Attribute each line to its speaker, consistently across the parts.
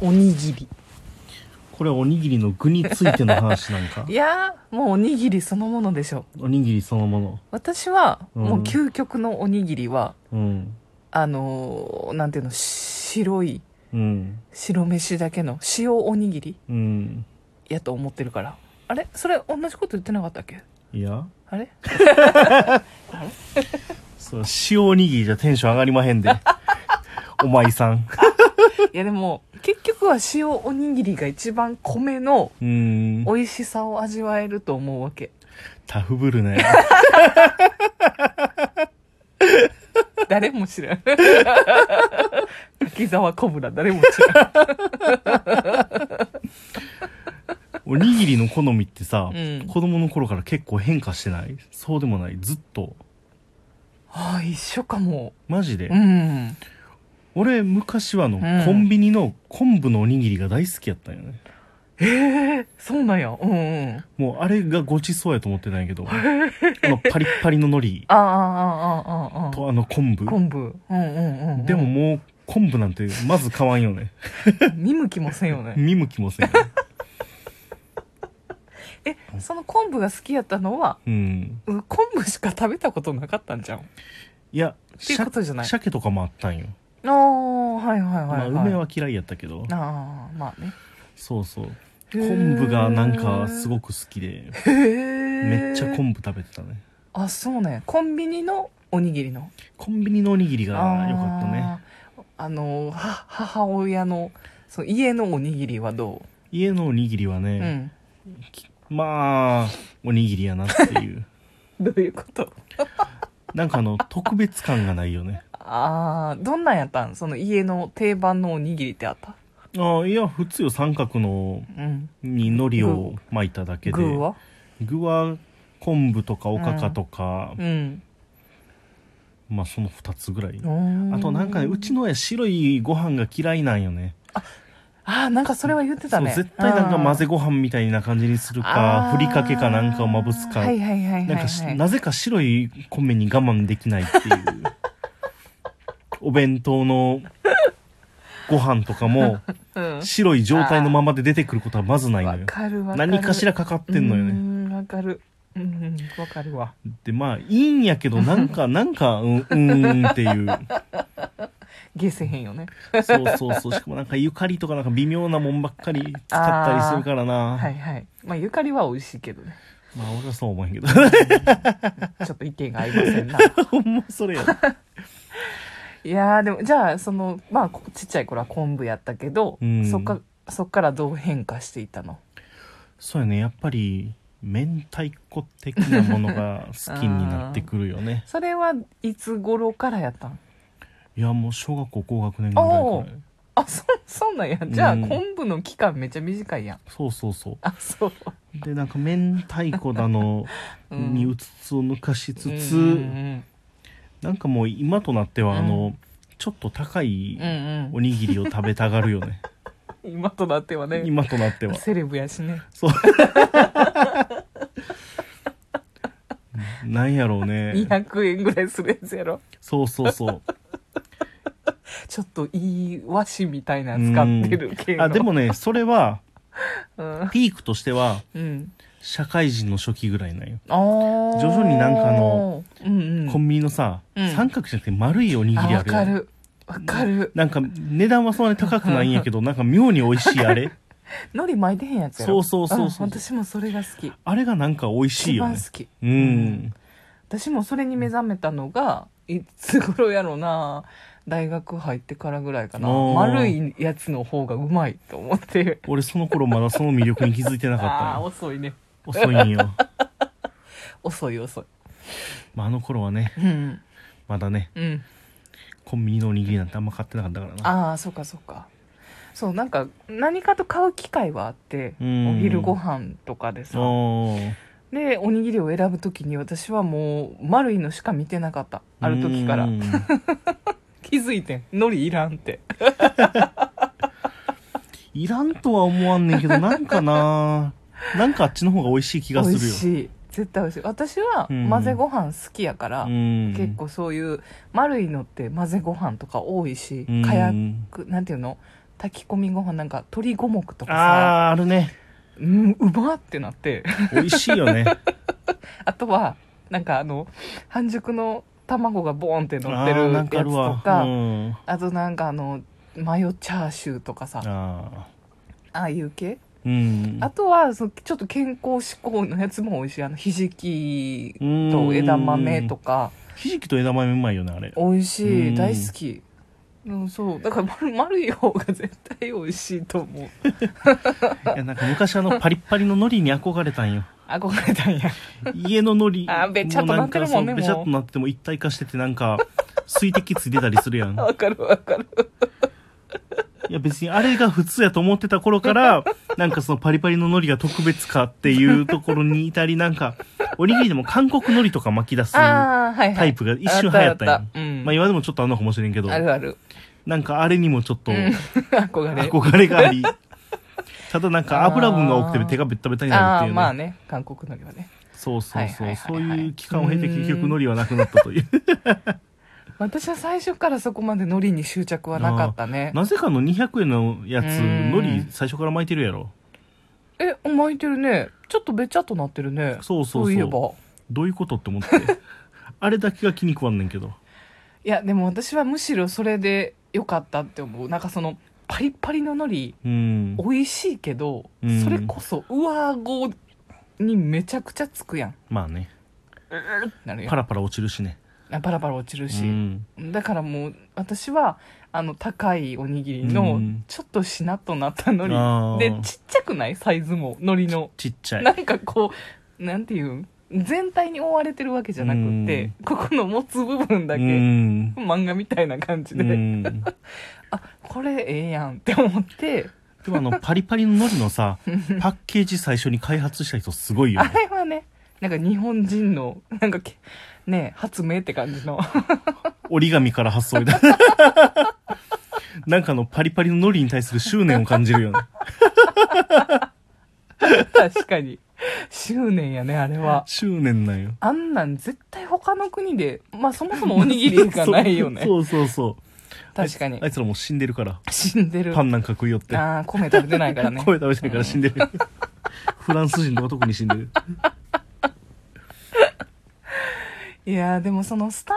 Speaker 1: おにぎり
Speaker 2: これおにぎりの具についての話なんか
Speaker 1: いやーもうおにぎりそのものでしょ
Speaker 2: おにぎりそのもの
Speaker 1: 私は
Speaker 2: うん
Speaker 1: もう究極のおにぎりは、
Speaker 2: うん
Speaker 1: あのー、なんていうの白い
Speaker 2: うん
Speaker 1: 白飯だけの塩おにぎり
Speaker 2: うん
Speaker 1: やと思ってるからあれそれ同じこと言ってなかったっけ
Speaker 2: いや
Speaker 1: あ れ
Speaker 2: そう塩おにぎりじゃテンション上がりまへ んでお前さん
Speaker 1: いやでも結局は塩おにぎりが一番米の
Speaker 2: うん
Speaker 1: 美味しさを味わえると思うわけ
Speaker 2: タフブル ね
Speaker 1: 誰も知ら ん滝沢コブラ誰も知らん
Speaker 2: おにぎりの好みってさ、
Speaker 1: うん
Speaker 2: 子供の頃から結構変化してないそうでもないずっと
Speaker 1: ああ一緒かも
Speaker 2: マジで、
Speaker 1: うん
Speaker 2: 俺昔はあの、
Speaker 1: うん
Speaker 2: コンビニの昆布のおにぎりが大好きやったんよね
Speaker 1: ええそうなんやうんうん
Speaker 2: もうあれがごちそうやと思ってない けど、あのパリッパリの海
Speaker 1: ああああああああ
Speaker 2: 苔とあの昆布。
Speaker 1: 昆布うんうんうん、うん、
Speaker 2: でももう昆布なんてまず買わんよね。
Speaker 1: 見向きもせんよね
Speaker 2: 見向きも せんよ。
Speaker 1: えその昆布が好きやったのは
Speaker 2: うん。
Speaker 1: う昆布しか食べたことなかったんじゃん
Speaker 2: いや、
Speaker 1: ていうことじゃない
Speaker 2: 鮭鮭とかもあったんよ。
Speaker 1: ああはいはいはい、はい
Speaker 2: まあ梅は嫌いやったけど、
Speaker 1: ああまあね
Speaker 2: そうそう。
Speaker 1: へー
Speaker 2: 昆布がなんかすごく好きで、
Speaker 1: へえ
Speaker 2: めっちゃ昆布食べてたね。
Speaker 1: あそうねコンビニのおにぎりの
Speaker 2: コンビニのおにぎりが良かったね。
Speaker 1: あーあのは母親のそう家のおにぎりはど
Speaker 2: 家のおにぎりは
Speaker 1: う、う
Speaker 2: ね、
Speaker 1: ん
Speaker 2: まあ、おにぎりやなって いう。
Speaker 1: どういうこと
Speaker 2: なんかあの、特別感がない よね。
Speaker 1: ああどんなんやったんその家の定番のおにぎりってあった
Speaker 2: ああ、いや、普通よ、三角の
Speaker 1: うん
Speaker 2: に海苔を巻いただけで
Speaker 1: 具は
Speaker 2: 具は昆布とかおかかとか、
Speaker 1: うん
Speaker 2: まあその2つぐらい、あ
Speaker 1: あ
Speaker 2: となんかねうちの親白いご飯が嫌いなんよね
Speaker 1: ああなんかそれは言ってたね
Speaker 2: そう絶対なんか混ぜ
Speaker 1: る
Speaker 2: ご飯みたいな感じにするかふりかけかなんかをまぶすか、
Speaker 1: はいはいはいはい、はい、
Speaker 2: なんかしなぜか白い米に我慢できないっていう お弁当のご飯と かも
Speaker 1: うん
Speaker 2: 白い状態のままで出てくることはまずないの
Speaker 1: わ
Speaker 2: よ
Speaker 1: かるわかる
Speaker 2: 何かしらかかってんのよね
Speaker 1: ねわかるうんうんわかるわ
Speaker 2: でまあいいんやけどなんかなんかうんうーんっていう
Speaker 1: ゲせへんよね
Speaker 2: そうそうそうしかもなんかゆかりとかなんか微妙なもんばっかり使ったりするからな、
Speaker 1: はいはいまあゆかりは美味しいけどね
Speaker 2: まあ俺はそう思うんやけど
Speaker 1: ちょっと意見が合いませんな
Speaker 2: ほんまそれや
Speaker 1: いやーでもじゃあそのまあこちっちゃい頃は昆布やったけど、
Speaker 2: うん
Speaker 1: そっかそっからどう変化していったの
Speaker 2: そうやねやっぱり明太子的なものが好きになってくるよ ね
Speaker 1: それはいつ頃からやったん
Speaker 2: いやもう小学校高学年ぐらい
Speaker 1: お
Speaker 2: から
Speaker 1: ーあそそうなんやじゃあ
Speaker 2: うん
Speaker 1: 昆布の期間めっちゃ短いやん
Speaker 2: そうそうそう
Speaker 1: あそう
Speaker 2: でなんか明太子だの、
Speaker 1: うん
Speaker 2: にうつつを抜かしつつ、
Speaker 1: うんうん
Speaker 2: なんかもう今となってはあの、ちょっと高い
Speaker 1: うん、うん
Speaker 2: おにぎりを食べたがるよね
Speaker 1: うん、今となっては ね
Speaker 2: 今とな っては
Speaker 1: セレブやしね
Speaker 2: そうなんやろうね
Speaker 1: 200円ぐらいするやつやろ
Speaker 2: そうそうそう
Speaker 1: ちょっといい和紙みたいなの使ってる系の
Speaker 2: あで もねそれは
Speaker 1: うん、
Speaker 2: ピークとしては
Speaker 1: うん、
Speaker 2: 社会人の初期ぐらいなんよ
Speaker 1: あー
Speaker 2: 徐々になんかあの、
Speaker 1: うんうん、
Speaker 2: コンビニのさ、
Speaker 1: うん
Speaker 2: 三角じゃなくて丸いおにぎり
Speaker 1: あ
Speaker 2: あ
Speaker 1: わ
Speaker 2: る
Speaker 1: か
Speaker 2: やん
Speaker 1: るわかる
Speaker 2: なんか値段はそんなに高くないんや けどなんか妙に美味しいあれ
Speaker 1: 海苔巻いてへんやつやろ
Speaker 2: そうそうそうそうん
Speaker 1: 私もそれが好き
Speaker 2: あれがなんか美味しい
Speaker 1: 一
Speaker 2: よ
Speaker 1: 番
Speaker 2: ね
Speaker 1: 好き
Speaker 2: うん、
Speaker 1: 私もそれに目覚めたのがいつ頃やろな大学入ってからぐらいかな
Speaker 2: おー
Speaker 1: 丸いやつの方がうまいと思って
Speaker 2: 俺その頃まだその魅力に気づいてな
Speaker 1: ああ
Speaker 2: か
Speaker 1: ー
Speaker 2: っ
Speaker 1: 遅いね
Speaker 2: たの遅いんよ、
Speaker 1: 遅い遅い
Speaker 2: まあ、あの頃はね
Speaker 1: うん
Speaker 2: まだね
Speaker 1: うん
Speaker 2: コンビニのおにぎりなんてあんま買ってなかったからな
Speaker 1: ああそうかそうかそうなんか何かと買う機会はあって
Speaker 2: うん
Speaker 1: お昼ご飯とかでさ
Speaker 2: おー
Speaker 1: でおにぎりを選ぶ時に私はもう丸いのしか見てなかったある時から
Speaker 2: うん
Speaker 1: 気づいてん海苔いらんって
Speaker 2: いらんとは思わんねんけどなんかななんかあっちの方が美味しい気
Speaker 1: 美
Speaker 2: がするよ
Speaker 1: 味しい絶対美味しい私は
Speaker 2: うん
Speaker 1: 混ぜご飯好きやから、
Speaker 2: うん
Speaker 1: 結構そういう丸いのって混ぜご飯とか多いし
Speaker 2: うん
Speaker 1: かやくなんていうの炊き込みご飯なんか鶏五目とかさ
Speaker 2: あーあるね
Speaker 1: うんうまってなって
Speaker 2: 美味しいよね
Speaker 1: あとはなんかあの半熟の卵がボーンって乗って
Speaker 2: あ
Speaker 1: るや
Speaker 2: ーな
Speaker 1: つ
Speaker 2: ん
Speaker 1: と
Speaker 2: かあるわ
Speaker 1: かあ,、
Speaker 2: うん、あ
Speaker 1: となんかあのマヨチャーシューとかさあ
Speaker 2: ー
Speaker 1: あいう系、
Speaker 2: うん
Speaker 1: あとはそのちょっと健康志向のやつも美味しいあのひじき
Speaker 2: うん
Speaker 1: と枝豆とか
Speaker 2: ひじきと枝豆うまいよねあれ
Speaker 1: 美味し
Speaker 2: う
Speaker 1: い
Speaker 2: ん
Speaker 1: 大好きうんそうだから丸丸い方が絶対美味しいと思 う
Speaker 2: いやなんか昔あのパリッパリの海苔に憧れたんよ
Speaker 1: 憧れたんや
Speaker 2: 家の海苔
Speaker 1: あーべちゃっとなってるもんね
Speaker 2: うかそうべちゃっとなってても一体化しててなんか水滴ついてたりするやん
Speaker 1: わかるわかる
Speaker 2: いや別にあれが普通やと思ってた頃からなんかそのパリパリの海苔が特別かっていうところにいたりなんかおにぎりでも韓国海苔とか巻き出すタ
Speaker 1: ああはいはい
Speaker 2: イプが一瞬流行ったん
Speaker 1: あ
Speaker 2: や
Speaker 1: あったうん
Speaker 2: まあ今でもちょっとあんのかもしれんけど
Speaker 1: あるある
Speaker 2: なんかあれにもちょっと
Speaker 1: うん 憧れ
Speaker 2: 憧れがありただなんか油分が多くて手がベッタベタになる
Speaker 1: あ
Speaker 2: っ
Speaker 1: あ
Speaker 2: ていう
Speaker 1: まあ
Speaker 2: ね
Speaker 1: ね韓国のりはね
Speaker 2: そうそう
Speaker 1: はいはいはい
Speaker 2: そ
Speaker 1: はいう
Speaker 2: そういう期間を経て結局海苔はなくなったという
Speaker 1: 私は最初からそこまで海苔に執着はなかったね
Speaker 2: なぜかの200円のやつ
Speaker 1: うん
Speaker 2: 海苔最初から巻いてるやろ
Speaker 1: え巻いてるねちょっとべちゃっとなってるね
Speaker 2: そうそうそう
Speaker 1: そういえば
Speaker 2: どういうことって思って あれだけが気に食わんねんけど
Speaker 1: いやでも私はむしろそれでよかったって思うなんかそのパリッパリの海苔
Speaker 2: うん
Speaker 1: 美味しいけど、
Speaker 2: うん
Speaker 1: それこそ上顎にめちゃくちゃつくやん
Speaker 2: まあね
Speaker 1: なるやん
Speaker 2: パラパラ落ちるしね
Speaker 1: あパラパラ落ちるし、
Speaker 2: うん
Speaker 1: だからもう私はあの高いおにぎり
Speaker 2: う
Speaker 1: の
Speaker 2: ん
Speaker 1: ちょっとしなっとなった海
Speaker 2: あ
Speaker 1: 苔
Speaker 2: ー
Speaker 1: でちっちゃくないサイズも海苔の
Speaker 2: ちっちゃ
Speaker 1: ないんかこうなんていうん全体に覆われてるわけじゃなくってここの持つ部分だ
Speaker 2: う
Speaker 1: け
Speaker 2: ん
Speaker 1: 漫画みたいな感じ
Speaker 2: う
Speaker 1: で、
Speaker 2: んで
Speaker 1: あこれええやんって思って
Speaker 2: もあのパリパリの海苔のさパッケージ最初に開発した人すごいよ
Speaker 1: あ
Speaker 2: ね
Speaker 1: れはねなんか日本人の なんかけね発明って感じの
Speaker 2: 折り紙から発想だなんかあのパリパリの海苔に対する執念を感じるよね
Speaker 1: 確かに執念やねあれは
Speaker 2: 執念なんよ
Speaker 1: あんなん絶対他の国でまあそもそもおにぎりがないよね
Speaker 2: そうそうそうそう
Speaker 1: 確かに
Speaker 2: あいつあいつらもう死んでるから
Speaker 1: 死んでる
Speaker 2: パ
Speaker 1: あ
Speaker 2: ンなんか食いよって
Speaker 1: ー米食べてない からね
Speaker 2: 声食べてるから死んでる フランス人とか特に死んでる
Speaker 1: いやーでもそのスタン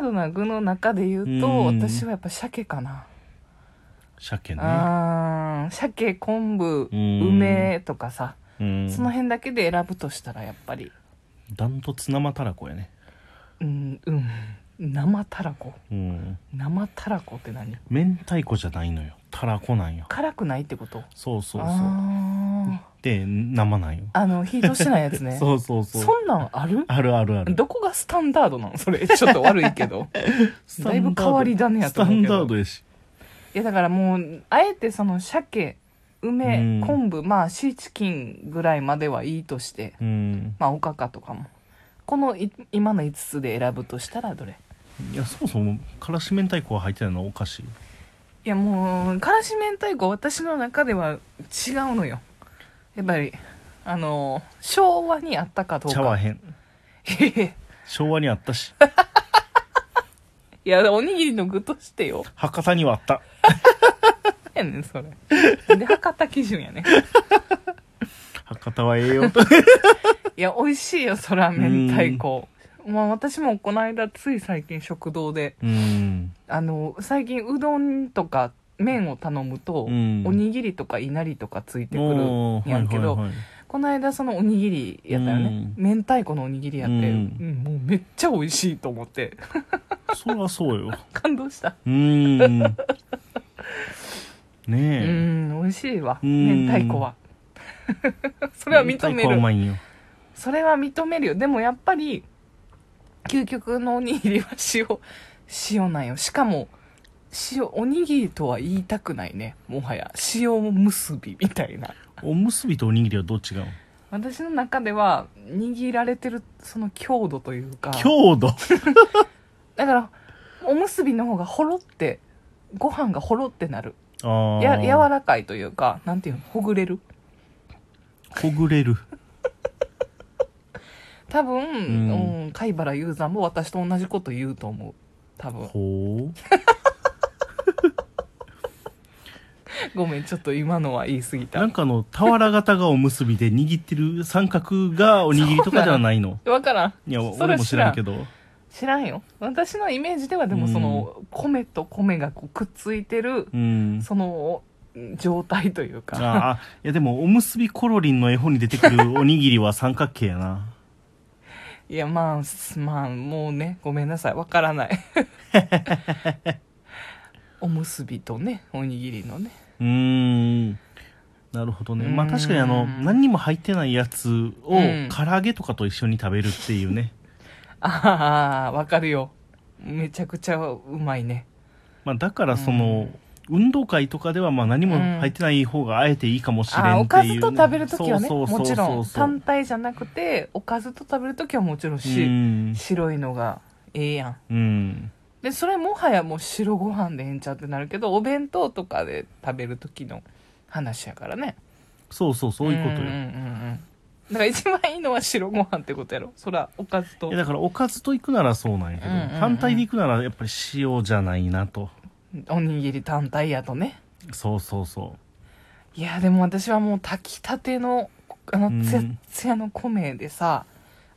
Speaker 1: ダードな具の中で言うと
Speaker 2: うん
Speaker 1: 私はやっぱ鮭かな
Speaker 2: 鮭ね
Speaker 1: あー鮭昆布
Speaker 2: うん
Speaker 1: 梅とかさ
Speaker 2: うん
Speaker 1: その辺だけで選ぶとしたらやっぱり
Speaker 2: ダントツ生たらこやね
Speaker 1: うんうん生たらこ
Speaker 2: うん
Speaker 1: 生たらこって何
Speaker 2: 明太子じゃないのよたらこなんよ
Speaker 1: 辛くないってこと
Speaker 2: そうそうそう
Speaker 1: あ
Speaker 2: で生なんよ
Speaker 1: ああ の火通してないやつね
Speaker 2: そうそうそう
Speaker 1: そんなんある
Speaker 2: あるあるある
Speaker 1: どこがスタンダードなのそれちょっと悪いけ ど
Speaker 2: スタ
Speaker 1: だ
Speaker 2: ンダ
Speaker 1: い
Speaker 2: ー
Speaker 1: ぶ
Speaker 2: ド
Speaker 1: 変わり種や
Speaker 2: ス
Speaker 1: と
Speaker 2: タ
Speaker 1: 思う
Speaker 2: ン
Speaker 1: けど
Speaker 2: ダードやし
Speaker 1: いやだからもうあえてその鮭梅
Speaker 2: うん
Speaker 1: 昆布まあシーチキンぐらいまではいいとして
Speaker 2: うん
Speaker 1: まあおかかとかもこのい今の5つで選ぶとしたらどれ
Speaker 2: いやそもそもからし明太子が入ってないのはおかしい
Speaker 1: いやもうからし明太子私の中では違うのよやっぱりあの昭和にあったかどう
Speaker 2: 茶は
Speaker 1: か
Speaker 2: へん
Speaker 1: いやい
Speaker 2: 昭和にあっ たし
Speaker 1: やおにぎりの具としてよ
Speaker 2: 博多にはあった
Speaker 1: 何やねんそれで博多基準やね
Speaker 2: 博多は栄 養と
Speaker 1: いや美味しいよそら明太子まあ私もこの間つい最近食堂で
Speaker 2: うん
Speaker 1: あの最近うどんとか麺を頼むと、
Speaker 2: うん
Speaker 1: おにぎりとかいなりとかついてくる
Speaker 2: おー
Speaker 1: んやんけど、
Speaker 2: はいはいはい
Speaker 1: この間そのおにぎりやったよね、明太子のおにぎりやって、
Speaker 2: うん
Speaker 1: うんもうめっちゃ美味しいと思って
Speaker 2: そりゃそう よ
Speaker 1: 感動した
Speaker 2: うーんね
Speaker 1: う
Speaker 2: え
Speaker 1: ん美味しいわ
Speaker 2: うん
Speaker 1: 明太子は それは認め
Speaker 2: 明太子はうま
Speaker 1: る
Speaker 2: いんよ
Speaker 1: それは認めるよでもやっぱり究極のおにぎりは塩塩なんよしかも塩おにぎりとは言いたくないねもはや塩結びみたいな
Speaker 2: おむすびとおにぎりはどう違うの
Speaker 1: 私の中では握られてるその強度というか
Speaker 2: 強度
Speaker 1: だからおむすびの方がほろってご飯がほろってなる
Speaker 2: ああ
Speaker 1: や柔らかいというかなんていうのほぐれる
Speaker 2: ほぐれる
Speaker 1: 多分、
Speaker 2: うん
Speaker 1: うん、貝原雄山も私と同じこと言うと思う多分
Speaker 2: ほう
Speaker 1: ごめんちょっと今のは言い過ぎ
Speaker 2: な
Speaker 1: た
Speaker 2: んかあの俵型がおむすびで握ってる三角がおにぎりとかではな いの
Speaker 1: わからん
Speaker 2: いや
Speaker 1: それ
Speaker 2: 俺
Speaker 1: は
Speaker 2: も知
Speaker 1: 知
Speaker 2: ら
Speaker 1: ら
Speaker 2: ん
Speaker 1: ん
Speaker 2: けど
Speaker 1: 知らんよ私のイメージではでもその米と米がこうくっついてる
Speaker 2: うん
Speaker 1: その状態というか
Speaker 2: ああいやでもおむすびコロリンの絵本に出てくるおにぎりは三角形 やな
Speaker 1: いやまあすまあもうねごめんなさいわから ないおむすびとねおにぎりのね
Speaker 2: うーんなるほどねまあ確かにあの
Speaker 1: うん
Speaker 2: 何にも入ってないやつを
Speaker 1: うん
Speaker 2: 唐揚げとかと一緒に食べるってい うね、
Speaker 1: ああわかるよめちゃくちゃうまいね
Speaker 2: まあ、だからその、運動会とかではまあ何も入ってない方があえていいかもしれんっていう、
Speaker 1: あ
Speaker 2: ね
Speaker 1: ーおかずと食べるときはね
Speaker 2: そうそう
Speaker 1: も
Speaker 2: そ
Speaker 1: ち
Speaker 2: うそう
Speaker 1: ろん単体じゃなくておかずと食べるときはもちろんし、
Speaker 2: うん
Speaker 1: 白いのがええやん
Speaker 2: うん
Speaker 1: でそれもはやもう白ご飯でええんちゃうってなるけどお弁当とかで食べるときの話やからね
Speaker 2: そうそうそういうこと
Speaker 1: んんんう
Speaker 2: よ
Speaker 1: んだから一番いいのは白ご飯ってことやろそらおかずと
Speaker 2: いやだからおかずと行くならそうなんやけど、
Speaker 1: うんうんうん
Speaker 2: 単体で行くならやっぱり塩じゃないなと
Speaker 1: おにぎり単体やとね
Speaker 2: そうそうそ
Speaker 1: いやでも私はもう炊きたてのあ
Speaker 2: う
Speaker 1: の
Speaker 2: ん
Speaker 1: つやっつやの米でさ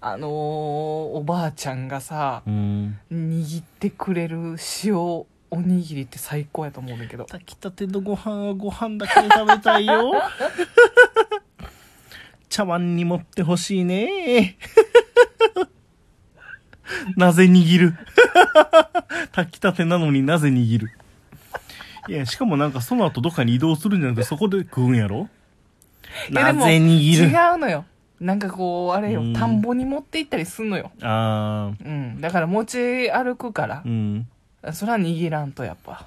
Speaker 1: あのーおばあちゃんがさ
Speaker 2: ううん
Speaker 1: 握ってくれる塩おにぎりって最高やと思うんだけど
Speaker 2: 炊きたてのご飯はご飯だけで食べたいよ 茶碗に持ってほしいね なぜ握る 炊きたてなのになぜ握るいやしかもなんかその後どっかに移動するんじゃなくてそこで食うんやろ
Speaker 1: いや
Speaker 2: な
Speaker 1: でも
Speaker 2: ぜ握
Speaker 1: 違
Speaker 2: る
Speaker 1: うのよなんかこうあれよ
Speaker 2: うん
Speaker 1: 田んぼに持って行ったりすんのよ
Speaker 2: ああ
Speaker 1: うんだから持ち歩くから
Speaker 2: う、ん
Speaker 1: それは握らんとやっぱ